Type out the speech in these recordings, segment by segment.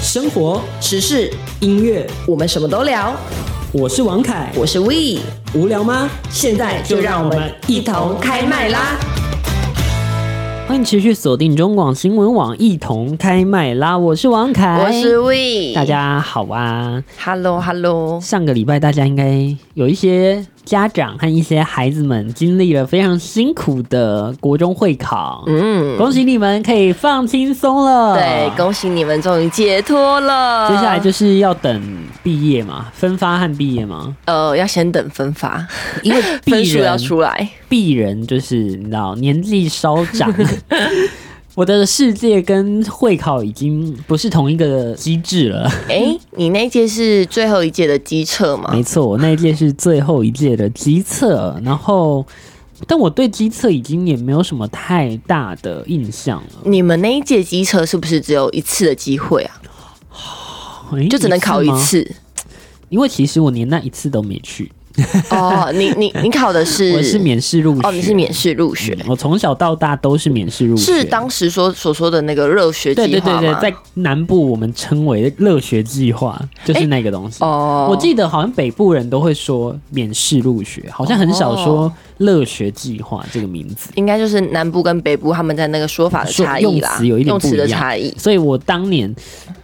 生活、时事，音乐，我们什么都聊。我是王凯。我是 We，无聊吗？现在就让我们一同开麦啦！欢迎持续锁定中广新闻网，一同开麦啦！我是王凯，我是 We，大家好啊！ Hello Hello，上个礼拜大家应该有一些家长和一些孩子们经历了非常辛苦的国中会考，嗯，恭喜你们可以放轻松了。对，恭喜你们终于解脱了。接下来就是要等毕业嘛，分发和毕业嘛，呃，要先等分发，因 为分毕数要人出来。鄙人就是你知道，年纪稍 长，我的世界跟会考已经不是同一个机制了。哎、你那一届是最后一届的机测吗嗯没？错，我那一届是最后一届的机测，然后，但我对机测已经也没有什么太大的印象了，你们那一届机测是不是只有一次的机会啊？诶哦就只能考一哎吗次。因为其实我连那一次都没去，哦，你你你考的是？ 我是免试入学。哦，你是免试入学，嗯我从小到大都是免试入学。是当时说所说的那个热学对计对划对吗？对，在南部我们称为热学计划，就是那个东西。哦，我记得好像北部人都会说免试入学，好像很少哦说乐学计划这个名字，应该就是南部跟北部他们在那个说法的差说异用啦，词有一点用不一词样的差异。所以我当年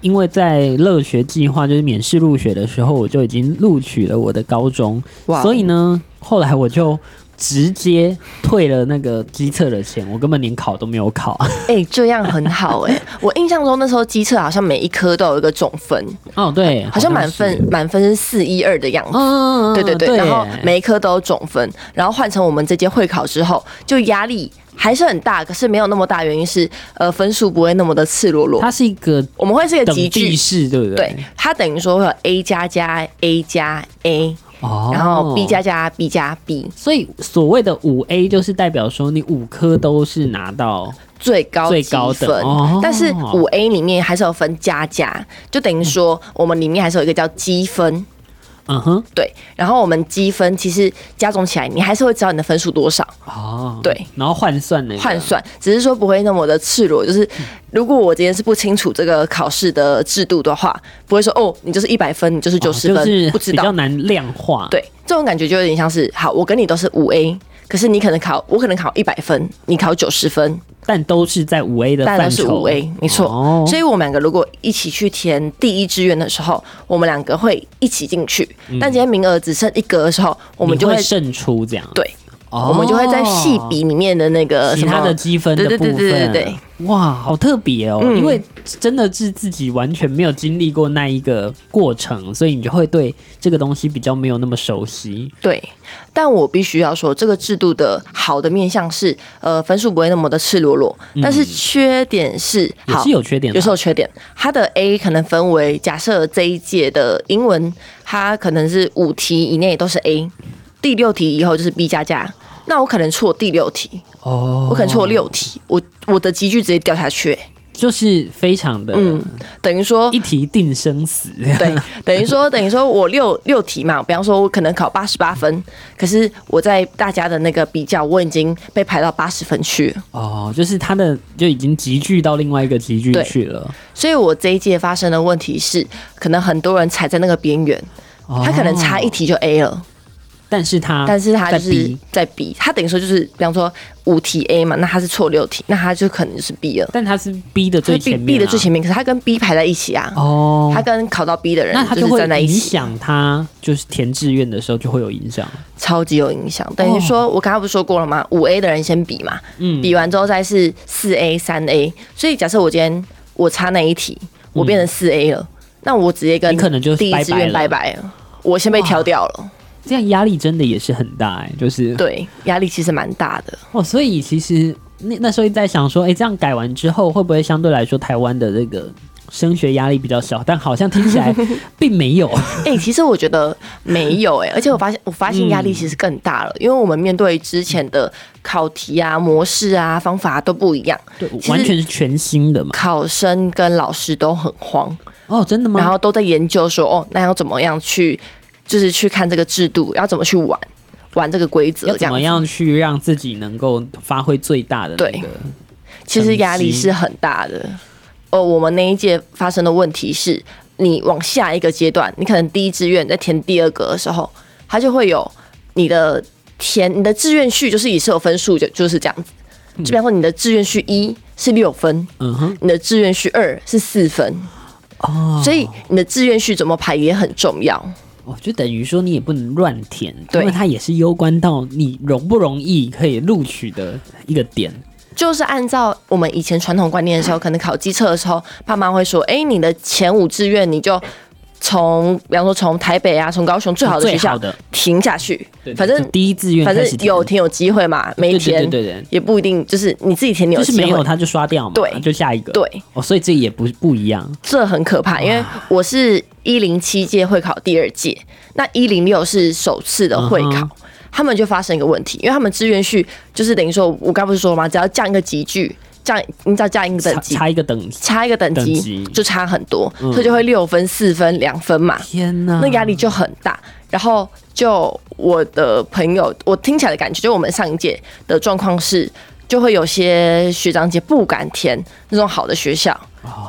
因为在乐学计划就是免试入学的时候，我就已经录取了我的高中，哇所以呢，后来我就。直接退了那个机测的钱，我根本连考都没有 考。哎、这样很好 哎、我印象中那时候机测好像每一科都有一个总分，哦，对，好像满是分，满分是四一二的样子。嗯，对对对，对，然后每一科都有总分，然后换成我们这届会考之后，就压力还是很大，可是没有那么大，原因是呃分数不会那么的赤裸裸它，是一个我们会是一个等集地聚，式，对不对？，它等于说会有 A 加加 A 加 A，哦，然后 B 加加 B 加 B，所以所谓的五 A 就是代表说你五科都是拿到最高最积高的分，哦但是五 A 里面还是有分加加，就等于说我们里面还是有一个叫积分，嗯哼对。然后我们积分其实加总起来，你还是会知道你的分数多少哦，对，然后换算那个换算，只是说不会那么的赤裸。就是如果我今天是不清楚这个考试的制度的话，不会说哦，你就是一百分，你就是哦九十分，就是不知比较道。难量化，，对，这种感觉就有点像是好，我跟你都是五 A。可是你可能考，我可能考一百分，你考九十分，但都是在五 A 的大家范都是畴，五 A，没错。哦所以我们两个如果一起去填第一志愿的时候，我们两个会一起进去。嗯但今天名额只剩一格的时候，我我们就会胜出这样，对，哦我们就会在细比里面的那个其什他么的积分的部对分，对对对对哇，好特别哦！嗯因为真的是自己完全没有经历过那一个过程，所以你就会对这个东西比较没有那么熟悉。对。但我必须要说，这个制度的好的面向是，呃，分数不会那么的赤裸裸，但是缺点是，嗯也好是有缺点的有时候缺点，它的 A 可能分为假设这一届的英文，它可能是五题以内都是 A，第六题以后就是 B 加加。那我可能错第六题，哦，我可能错六题，我我的集句直接掉下去、欸就是非常的嗯，等于说一题定生死，对，等于说等于说我六六题嘛，比方说我可能考八十八分，可是我在大家的那个比较，我已经被排到八十分去了，哦，就是他的就已经集聚到另外一个集聚对去了。所以我这一届发生的问题是，可能很多人踩在那个边缘，哦他可能差一，题就 A 了，但是他但是他就啊在是 B，在 B，他等于说就是比方说五题 A 嘛，那他是错六题，那他就可能就是 B 了，但他是 B 的他最是 B 前面、啊、 B 的最前面，可是他跟 B 排在一起啊，哦他。跟考到 B 的人那他就就是会站在一影起。响他，就是填志愿的时候就会有影响。超级有影响。哦等于说，我刚刚不是说过了吗？五 A 的人先比嘛，嗯比完之后再是四 A、三 A。所以假设我今天我差那一题，我变成四 A 了，那我直接嗯跟你可能就第一志愿拜拜拜了拜了。我先被挑掉了， 这样压力真的也是很大哎、就是对，压力其实蛮大的。哦，所以其实那那时候一直在想说，哎、这样改完之后会不会相对来说台湾的这个升学压力比较小？但好像听起 来并没有。哎、其实我觉得没有哎、而且我发现我发现压力其实更大了，因为我们面对之前的考题啊、模式啊、方法都不一样，对其，实完全是全新的嘛。考生跟老师都很慌。哦，真的吗？然后都在研究说，哦，那要怎么样去，就是去看这个制度，要怎么去玩，玩这个规则要这怎么样子。样去让自己能够发挥最大的那对个？其实压力成绩是很大的，呃，我们那一届发生的问题是，你往下一个阶段，你可能第一志愿在填第二个的时候，它就会有你的填你的志愿序，就是也是有分数，就就是这样子。就比方说，你的志愿序一是六分，嗯哼，你的志愿序二是四分，哦，所以你的志愿序怎么排也很重要。哦，就等于说你也不能乱填，对因为它也是攸关到你容不容易可以录取的一个点。就是按照我们以前传统观念的时候，可能考机测的时候，爸妈会说：“哎、你的前五志愿你就从，比方说从台北啊，从高雄最好的学最校好的停下去，反就正第一志愿反开正始填有填有机会嘛，没对填对对对也不一定，就是你自己填你就有是机会，没有它就刷掉嘛，对就下一个。对，哦，所以这也不不一样。这很可怕，因为我是一零七届会考第二届，那一零六是首次的会考。嗯他们就发生一个问题，因为他们志愿序就是等于说，我刚不是说嘛，只要降一个级距，降你只要降一个差等级，差一个等级，差一个等级等级嗯就差很多，所以就会六分、四分、两分嘛，天哪，那压力就很大。然后就我的朋友，我听起来的感觉，就我们上一届的状况是，就会有些学长姐不敢填那种好的学校，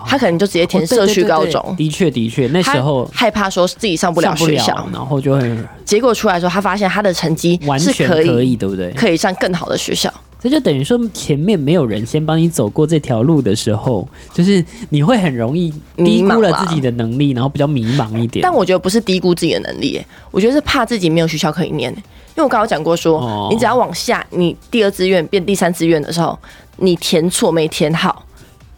他可能就直接填哦对对社区对高对中。的确的确，那时候他害怕说自己上不了上不学了校，，然后就会结果出来的时候，他发现他的成绩完是全可以可以，对不对？可以上更好的学校。这就等于说前面没有人先帮你走过这条路的时候，就是你会很容易低迷茫估了啦自己的能力，然后比较迷茫一点但。我觉得不是低估自己的能力耶，我觉得是怕自己没有学校可以念。因为我刚刚有讲过说，哦你只要往下，你第二志愿变第三志愿的时候，你填错没填好，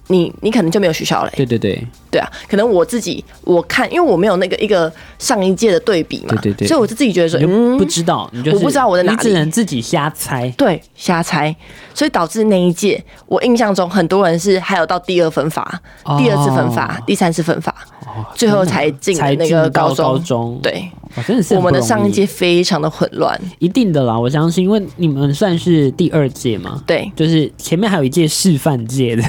你你可能就没有学校嘞。对对对，对啊，可能我自己我看，因为我没有那个一个上一届的对比嘛，对对对所以我就自己觉得说，你就嗯不，知道，你就是我不知道我在哪里你只能自己瞎猜。对，瞎猜，所以导致那一届我印象中很多人是还有到第二分法、哦第二次分法、第三次分法，哦最后天哪才进才那个高到中高中，对，哦，真的是我们的很不容上一易届非常的混乱，一定的啦，我相信，因为你们算是第二届嘛， 对。就是前面还有一届示范届的，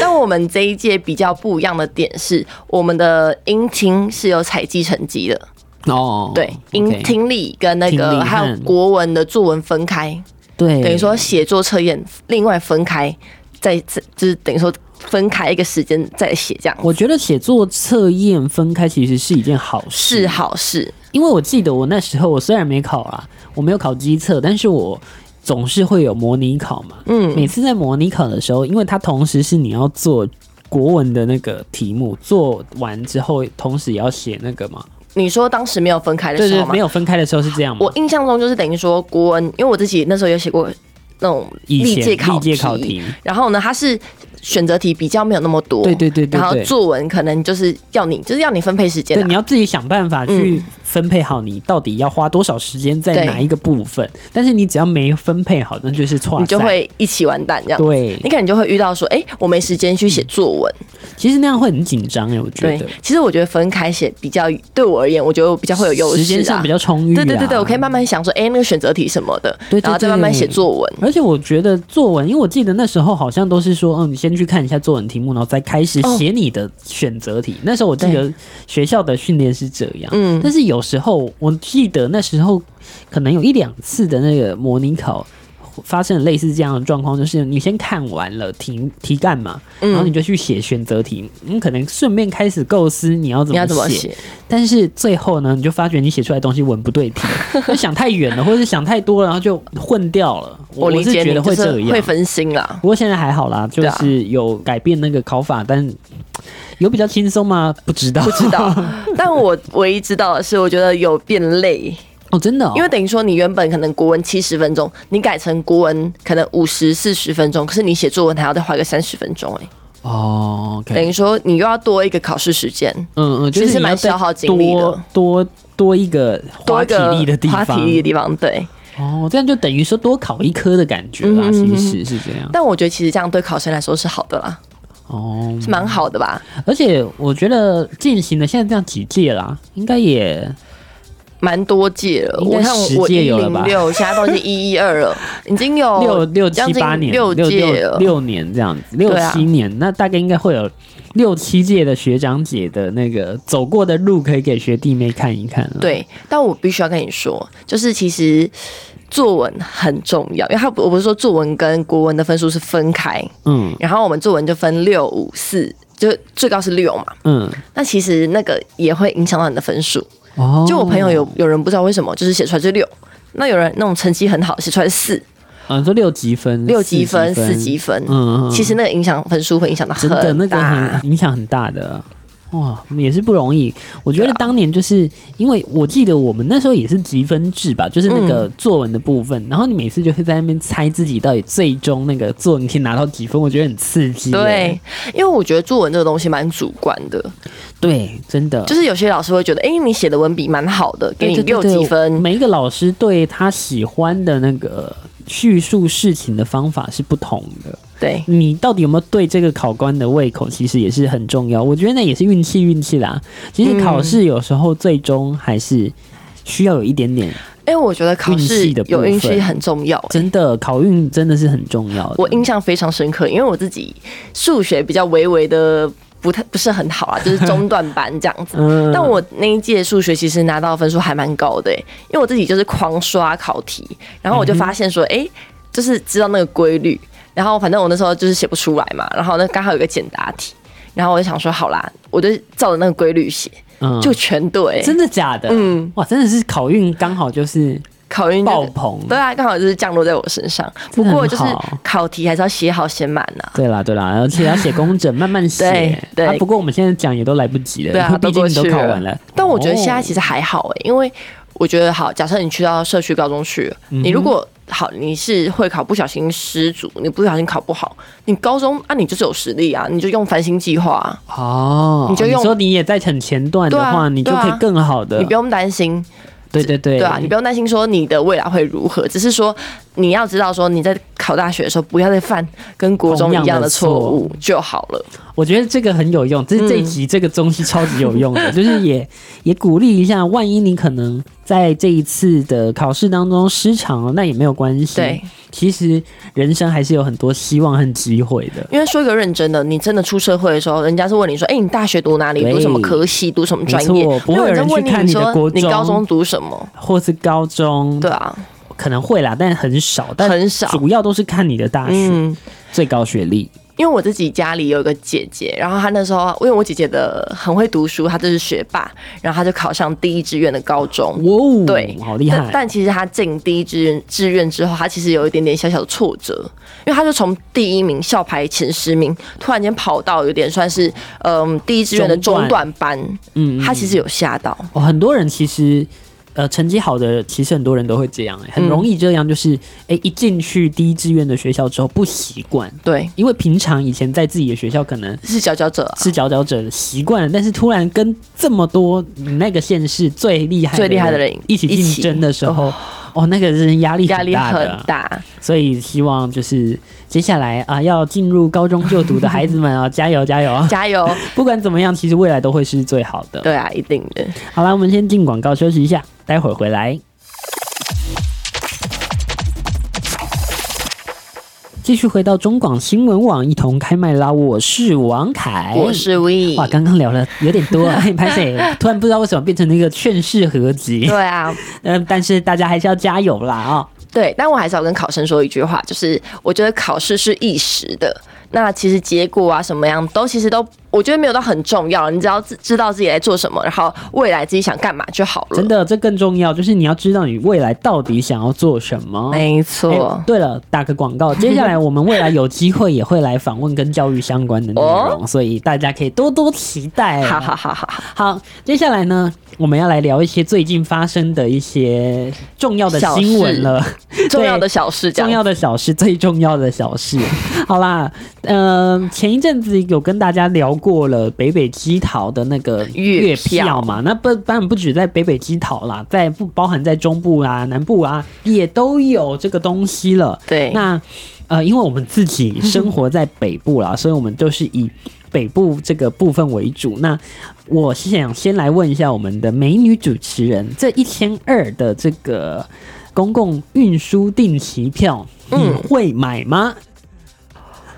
但我们这一届比较不一样的点是，我们的音听是有采集成绩的， 哦，对，音 OK 听力跟那听力个和嗯还有国文的作文分开，对，等于说写作测验另外分开，再再就是等于说分开一个时间再写这样。我觉得写作测验分开其实是一件好事，是好事，因为我记得我那时候我虽然没考啦，我没有考机测，但是我总是会有模拟考嘛。嗯每次在模拟考的时候，因为它同时是你要做国文的那个题目，做完之后同时也要写那个嘛。你说当时没有分开的对时对候，吗没？有分开的时候是这样嘛我。印象中就是等于说国文，因为我自己那时候有写过那种以历前届考历届考题，然后呢，它是选择题比较没有那么多，对对对对然后对作文可能就是要你就是要你分配时间、对，啊你，要自己想办法去分配好你到底要花多少时间在对哪一个部分。但是你只要没分配好，那就是错。你就会一起完蛋这样。对你，可能就会遇到说，哎、我没时间去写作文。其实那样会很紧张哎，我觉对得。，其实我觉得分开写比较，对我而言，我觉得我比较会有优势、啊，时间上比较充裕、啊。对对对对，我可以慢慢想说，哎、那个选择题什么的，对对然后再慢慢写作文。而且我觉得作文，因为我记得那时候好像都是说，嗯，你先去看一下作文题目，然后再开始写你的选择题。那时候我记得学校的训练是这样，嗯但是有时候我记得那时候可能有一两次的那个模拟考。发生了类似这样的状况，就是你先看完了题题干嘛，嗯然后你就去写选择题，你、可能顺便开始构思你要怎你要怎么么写，写？但是最后呢，你就发觉你写出来的东西文不 对题，就想太远了，或者是想太多了，然后就混掉了。我理是解觉你，得就会是这会样。分心啦。不过现在还好啦，就对啊是有改变那个考法，但有比较轻松吗？不知道，不知知道，但我唯一知道的是，我觉得有变累， 哦，真的、哦，因为等于说你原本可能国文七十分钟，你改成国文可能五十四十分钟，可是你写作文还要再花个三十分钟、哎，哦等，OK，于说你又要多一个考试时间，嗯嗯，就是其实你蛮要再消耗精力的多多多一个多花一体个力的地花方，体力的地方，对。哦，这样就等于说多考一科的感觉啦，嗯嗯嗯嗯其实是这样但我觉得其实这样对考生来说是好的啦，哦。是蛮好的吧？而且我觉得进行了现在这样几届啦，应该也蛮多届了，应该我看我十我届一有了零吧六，现在都是一一二了，已经 有六六哦将七近八年，六六届了六。六年这样子，六对啊七年，那大概应该会有六七届的学长姐的那个走过的路，可以给学弟妹看一看了。，对，但我必须要跟你说，就是其实作文很重要，因为它我不是说作文跟国文的分数是分开，嗯，然后我们作文就分六五四就最高是六嘛，嗯，那其实那个也会影响到你的分数。哦，就我朋友有有人不知道为什么，就是写出来就六，那有人那种成绩很好，写出来是四，啊，你说六级分，六级分、四四级分，嗯嗯嗯其实那个影响分数会影响到很真大。的那个很影响很大的。哇，也是不容易。我觉得当年就是因为我记得我们那时候也是积分制吧，就是那嗯个作文的部分。然后你每次就是在那边猜自己到底最终那个作文可以拿到几分，我觉得很刺激耶。对，因为我觉得作文这个东西蛮主观的，对，真的就是有些老师会觉得，哎、你写的文笔蛮好的，给你对对六对几分，每一个老师对他喜欢的那个叙述事情的方法是不同的。对你到底有没有对这个考官的胃口，其实也是很重要。我觉得那也是运气，运气啦。其实考试有时候最终还是需要有一点点，哎、我觉得考试运气的部分有运气很重要、真的考运真的是很重要的。我印象非常深刻，因为我自己数学比较微微的不太不是很好啊，就是中段班这样子。嗯 但我那一届数学其实拿到的分数还蛮高的、欸，因为我自己就是狂刷考题，然后我就嗯发现说，哎、就是知道那个规律。然后反正我那时候就是写不出来嘛，然后那刚好有个简答题，然后我就想说，好啦，我就照着那个规律写，嗯就全对、真的假的？嗯，哇，真的是考运刚好就是考运就爆棚。对啊，刚好就是降落在我身上。不真的很过就是好考题还是要写好写满啊呐。对啦，对啦，而且要写工整，慢慢写。 对对啊不过我们现在讲也都来不及了，对因啊，为毕竟过你都去考完了。但我觉得现在哦其实还好哎、因为我觉得好，假设你去到社区高中去，嗯你如果好你是会考，不小心失足，你不小心考不好，你高中啊你就是有实力啊，你就用繁星计划、啊，哦，你就用说你也在很前段的对啊话，你就可对以啊更好的。你不用担心，对对对，对啊，你不用担心说你的未来会如何，只是说你要知道说你在考大学的时候不要再犯跟国中同样一样的的错错误就好了。我觉得这个很有用，这是这一集这个东西超级有用的，就是也也鼓励一下，万一你可能在这一次的考试当中失常了，那也没有关系。对，其实人生还是有很多希望和机会的。因为说一个认真的，你真的出社会的时候，人家是问你说：“哎、你大学读哪里？对读什么科系？读什么专没业错？”不会没有有人人在问去看你你的说国中你高中读什么？或是高中，对啊，可能会啦，但很少，但很少主要都是看你的大学、嗯，最高学历。因为我自己家里有一个姐姐，然后她那时候因为我姐姐的很会读书，她就是学霸，然后她就考上第一志愿的高中。哇哦，对，好厉但害！但其实她进第一志愿志愿之后，她其实有一点点小小的挫折，因为她就从第一名校排前十名，突然间跑到有点算是嗯第一志愿的中段中段班，嗯，她其实有吓到。哦，很多人其实，呃，成绩好的，其实很多人都会这样、欸，很容易这样，就是，哎、一进去第一志愿的学校之后不习惯，对，因为平常以前在自己的学校可能是佼佼者、啊，是佼佼者习惯了，但是突然跟这么多你那个县市最厉害最厉害的人一起一竞起争的时候，哦，那个人压力压力大很的啊，大。所以希望就是接下来啊，要进入高中就读的孩子们啊，加油加油啊！ 加油！不管怎么样，其实未来都会是最好的。对啊，一定的。好啦，我们先进广告休息一下，待会儿回来。继续回到中广新闻网，一同开麦啦！我是王凯，我是哎 We，哇，刚刚聊了有点多 啊，拍谁？突然不知道为什么变成了一个劝世合集对。啊，嗯、但是大家还是要加油啦啊、对。但我还是要跟考生说一句话，就是我觉得考试是一时的，那其实结果啊什么样都其实都，我觉得没有到很重要。你只要自知道自己在做什么，然后未来自己想干嘛就好了。真，的，这更重要，就是你要知道你未来到底想要做什么。没哎错。对了，打个广 告，接下来我们未来有机会也会来访问跟教育相关的内容，所以大家可以多多期待。哦啊好好好好，好，接下来呢，我们要来聊一些最近发生的一些重要的小新闻事了，重要的小事，这重样要的小事，最重要的小 事。好啦，嗯、前一阵子有跟大家聊过了北北基桃的那个月月票票嘛，哦那不当然不止在北北基桃啦，在不包含在中部啊、南部啊，也都有这个东西了。对，那呃，因为我们自己生活在北部啦，所以我们就是以北部这个部分为主。那我是想先来问一下我们的美女主持人，这一千二的这个公共运输定期票，嗯你会买吗？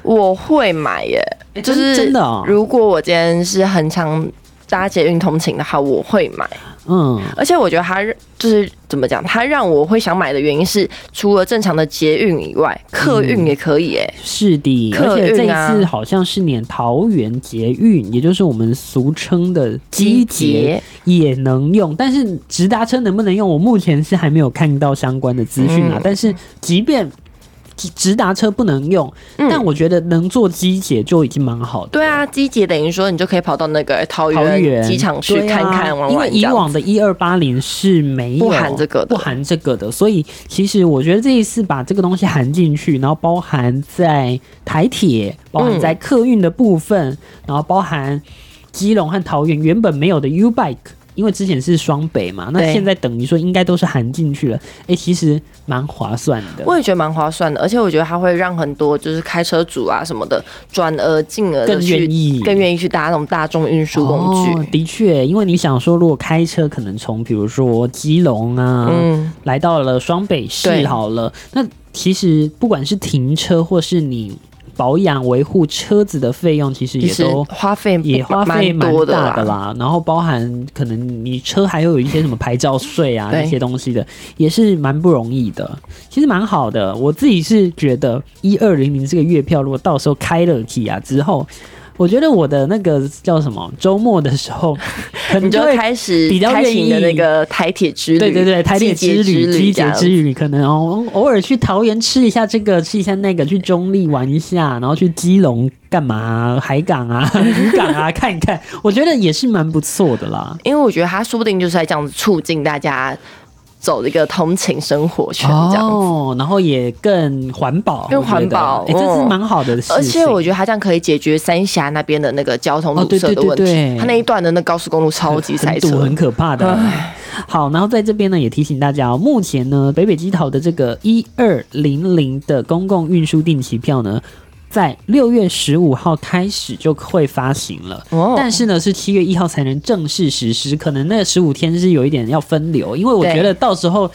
我会买耶，诶哎就哎真是真的哦如果我今天是很常搭捷运通勤的话，我会买。嗯，而且我觉得它就是怎么讲，它让我会想买的原因是，除了正常的捷运以外，客运也可以诶、是的，而客且这运一啊次好像是连桃园捷运，也就是我们俗称的机捷，也能用，但是直达车能不能用，我目前是还没有看到相关的资讯啊。嗯但是即便直直达车不能用，嗯但我觉得能做机捷就已经蛮好的。对啊，机捷等于说你就可以跑到那个桃桃园园哦机场去对啊看看玩玩、因为以这样往的一二八零是没有不含这个的不含这个的，所以其实我觉得这一次把这个东西含进去，然后包含在台铁，包含在客运的部分，然后包含基隆和桃园原本没有的 U Bike。因为之前是双北嘛，那对现在等于说应该都是含进去了，哎、其实蛮划算的。我也觉得蛮划算的，而且我觉得它会让很多就是开车族啊什么的转而进而的更愿去意，更愿意去搭那种大众运输工具。哦、的确，因为你想说，如果开车可能从比如说基隆啊，嗯，来到了双北市对好了，那其实不管是停车或是你保养维护车子的费用，其实其也实都。花费也花费蛮多大的啦。啦，然后包含可能你车还有一些什么牌照税啊对那些东西的，也是蛮不容易的。其实蛮好的，我自己是觉得一二零零这个月票，如果到时候开了起啊之后，我觉得我的那个叫什么周末的时 候，可能你就会开始比较开愿启你的意那个台铁之旅，对对对，台铁季节之旅、机旅这节样之旅，可能哦，偶尔去桃园吃一下这个，吃一下那个，去中立玩一下，然后去基隆干嘛？海港 啊、渔港啊，看一看，我觉得也是蛮不错的啦。因为我觉得他说不定就是在这样子促进大家走一个通勤生活圈这样。哦，然后也更环保，更我觉得环保哎，这是嗯蛮好的事情。而且我觉得他这样可以解决三峡那边的那个交通哦堵对塞的对对问题对。他那一段的那高速公路超级塞很车堵，，很可怕的。好，然后在这边呢，也提醒大家哦，目前呢，北北基桃的这个一二零零的公共运输定期票呢，在六月十五号开始就会发行了。哦但是呢，是七月一号才能正式实施，可能那十五天是有一点要分流，因为我对觉得到时候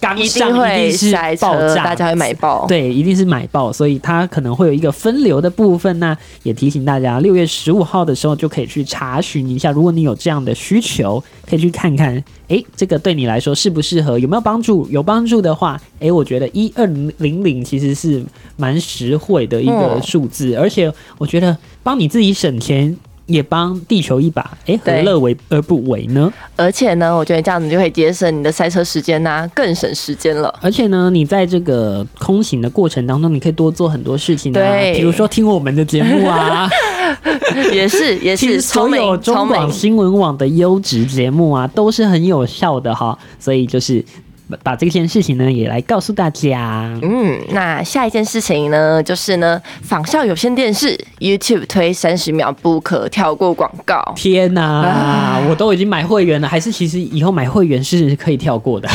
刚一上定会一定是塞爆车，炸，大家会买爆。对，一定是买爆，所以它可能会有一个分流的部分。那也提醒大家，六月十五号的时候就可以去查询一下，如果你有这样的需求，可以去看看，诶，这个对你来说适不适合，有没有帮助？有帮助的话，诶，我觉得一二零零其实是蛮实惠的一个嗯数字，而且我觉得帮你自己省钱。也帮地球一把，诶，何对乐为而不为呢？而且呢，我觉得这样子就可以节省你的塞车时间呐、更省时间了。而且呢，你在这个空行的过程当中，你可以多做很多事情啊，对比如说听我们的节目啊，也是也其实 是，所聪有明中聪广明。新闻网的优质节目啊，都是很有效的哈，所以就是把把这件事情呢也来告诉大 家。嗯，那下一件事情呢，就是呢，仿效有线电视 YouTube 推三十秒不可跳过广 告。天呐、啊我都已经买会员了，还是其实以后买会员是可以跳过的。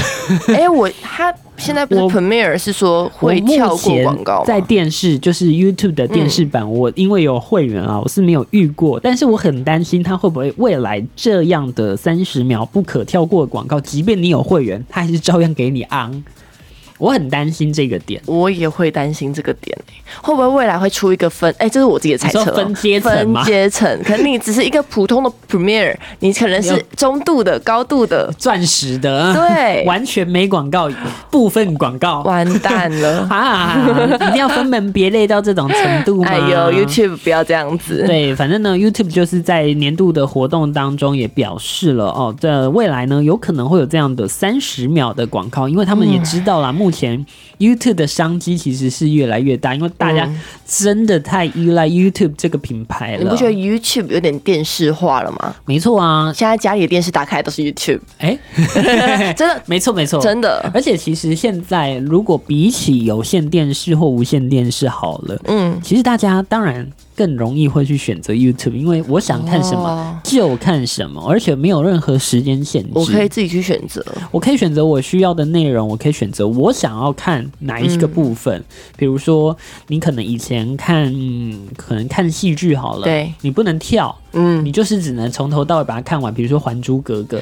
哎、我他现在不是我 Premiere 是说会我目跳过前广告吗嗯在电视就是 YouTube 的电视版，我因为有会员啊，我是没有遇过，但是我很担心它会不会未来这样的三十秒不可跳过的广告，即便你有会员，它还是照样给你昂。我很担心这个点。我也会担心这个点、欸，会不会未来会出一个分？哎、这是我自己的猜测哦、你说分阶层吗分阶层，可能你只是一个普通的 Premiere，你可能你是有中度的、高度的，钻石的，对完全没广告，部分广告完蛋 了！啊，一定要分门别类到这种程度吗？哎呦，YouTube 不要这样子。对，反正呢，YouTube 就是在年度的活动当中也表示了哦，这未来呢有可能会有这样的三十秒的广告，因为他嗯们也知道啦，目前 YouTube 的商机其实是越来越大，因为大家嗯真的太依赖 YouTube 这个品牌了。你不觉得 YouTube 有点电视化了吗？没错啊，现在家里的电视打开都是 YouTube，哎、 真的没错没错，真的，而且其实现在，如果比起有线电视或无线电视好了，嗯，其实大家当然更容易会去选择 YouTube，因为我想看什么哦就看什么，而且没有任何时间限制。我可以自己去选择。我可以选择我需要的内容，我可以选择我想要看哪一个部嗯分。比如说，你可能以前看，嗯可能看戏剧好了，对，你不能跳，嗯，你就是只能从头到尾把它看完。比如说《还珠格格》，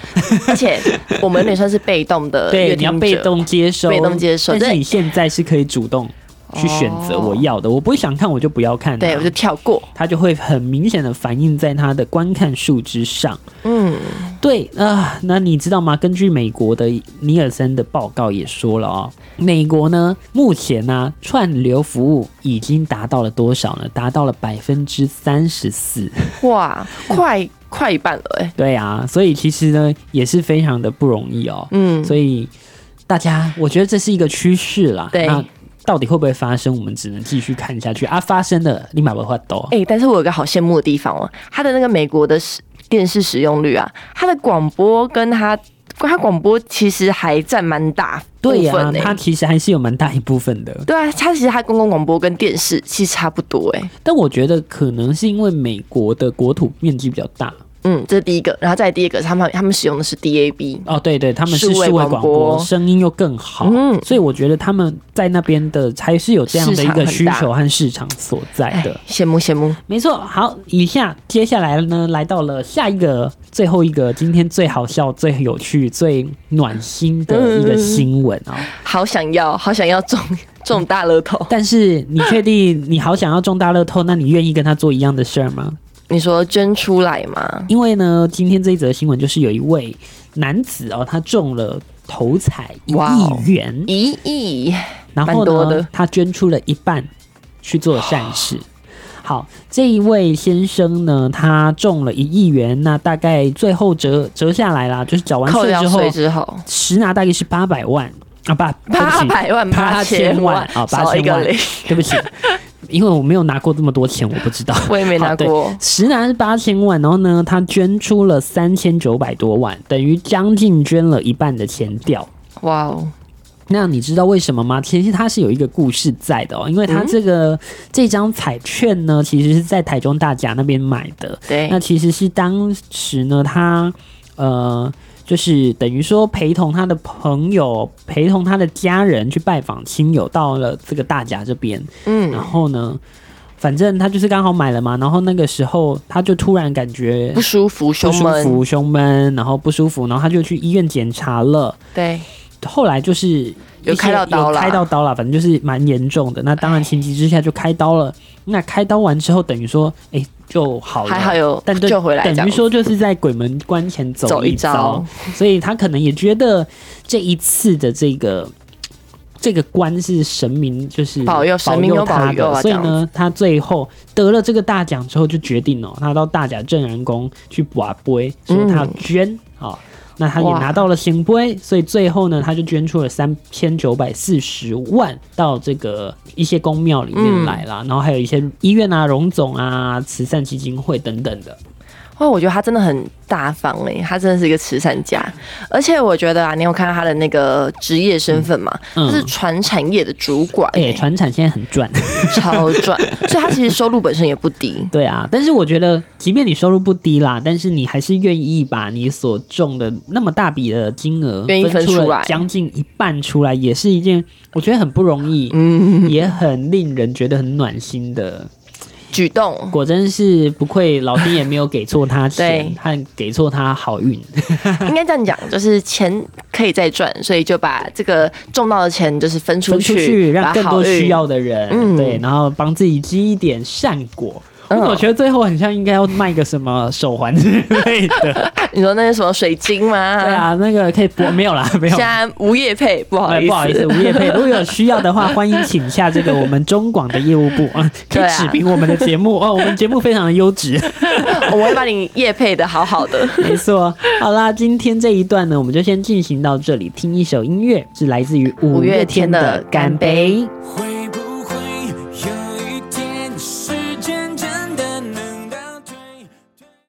而且我们有点算是被动的对，阅你要听被者，动接收，被动接受但是对你现在是可以主动去选择哦我要的，我不会想看我就不要看、啊，对我就跳过。它就会很明显的反映在它的观看数值上。嗯，对啊、呃那你知道吗？根据美国的尼尔森的报告也说了哦，美国呢目前呢、啊串流服务已经达到了多少呢？达到了百分之三十四。哇，快快一半了哎、对啊，所以其实呢也是非常的不容易哦。嗯，所以大家，我觉得这是一个趋势啦。对那到底会不会发生，我们只能继续看下去啊。发生的，立马不会抖。哎、但是我有个好羡慕的地方哦，它的那个美国的使电视使用率啊，它的广播跟它它广播其实还占蛮大部对啊呀、分哎呢、它其实还是有蛮大一部分的，对啊，它其实它公共广播跟电视其实差不多哎、但我觉得可能是因为美国的国土面积比较大嗯，这是第一个，然后再来第二个，他们他们使用的是 DAB，哦，对对，他们是数数位位广广播，播声音又更好，嗯所以我觉得他们在那边的还是有这样的一个市需场很大求和市场所在的。哎羡慕羡慕，没错，好，以下接下来呢，来到了下一个最后一个今天最好笑、最有趣、最暖心的一个新闻啊、好想要，好想要中 中大乐透。但是你确定你好想要中大乐透，那你愿意跟他做一样的事儿吗？你说捐出来吗？因为呢，今天这一则新闻就是有一位男子哦，他中了头彩一哇哦亿元，一亿，然蛮后多的呢，他捐出了一半去做善事。哦好，这一位先生呢，他中了一亿元，那大概最后折折下来啦，就是缴完扣税掉之后税，之后，实拿大概是八百万啊，八八百万八千万万啊，八少一千个万零，对不起，因为我没有拿过这么多钱，我不知道。我也没拿好对过。实拿是八千万，然后呢，他捐出了三千九百多万，等于将近捐了一半的钱掉。哇哦，那你知道为什么吗？其实它是有一个故事在的哦，因为它这个、这张彩券呢，其实是在台中大甲那边买的。对那，其实是当时呢，他呃，就是等于说陪同他的朋友，陪同他的家人去拜访亲友，到了这个大甲这边，然嗯，后呢，反正他就是刚好买了嘛，然后那个时候他就突然感觉不舒服，不胸舒闷，服、胸闷，然后不舒服，然后他就去医院检查了。对，后来就是有一些开到刀啦哎有开到刀了，反正就是蛮严重的。那当然情急之下就开刀了。那开刀完之后，等于说，哎、就好了，还好有但就救回来，这等样于说就是在鬼门关前走走一一遭遭，所以他可能也觉得这一次的这个这个关是神明就是保佑神明有他保佑啊的，所以这样呢，他最后得了这个大奖之后，就决定哦，他到大甲镇元宫去把杯，说他要捐嗯啊、哦那他也哇拿到了行杯，所以最后呢，他就捐出了三千九百四十万到这个一些宫庙里面来啦，嗯然后还有一些医院啊、荣总啊、慈善基金会等等的。哇，我觉得他真的很大方哎、他真的是一个慈善家，而且我觉得啊，你有看到他的那个职业身份嘛？嗯他是船产业的主管、哎、欸，船产现在很赚，超赚，所以他其实收入本身也不低。对啊。但是我觉得，即便你收入不低啦，但是你还是愿意把你所中的那么大笔的金额愿意分出出了来将近一半出来，也是一件我觉得很不容易，嗯，也很令人觉得很暖心的。举动果真是不愧老天爷没有给错他钱对，和给错他好运。应该这样讲，就是钱可以再赚，所以就把这个中到的钱就是分出分去，出去，让把更好多运需要的人，嗯对，然后帮自己积一点善果。我嗯总觉得最后很像应该要卖个什么手环之类 的， 你说那些什么水晶吗？对，啊，那个可以播没有啦，没有现。在无业配，不好哎意思，不好意思，吴业配，如果有需要的话，欢迎请下这个我们中广的业务 部，啊可对啊以指评我们的节 目哦，我们节目非常的优 质。 我会把你业配的好好的。没错，好啦，今天这一段呢，我们就先进行到这里，听一首音乐，是来自于五五月月天天的的《干干杯杯》。回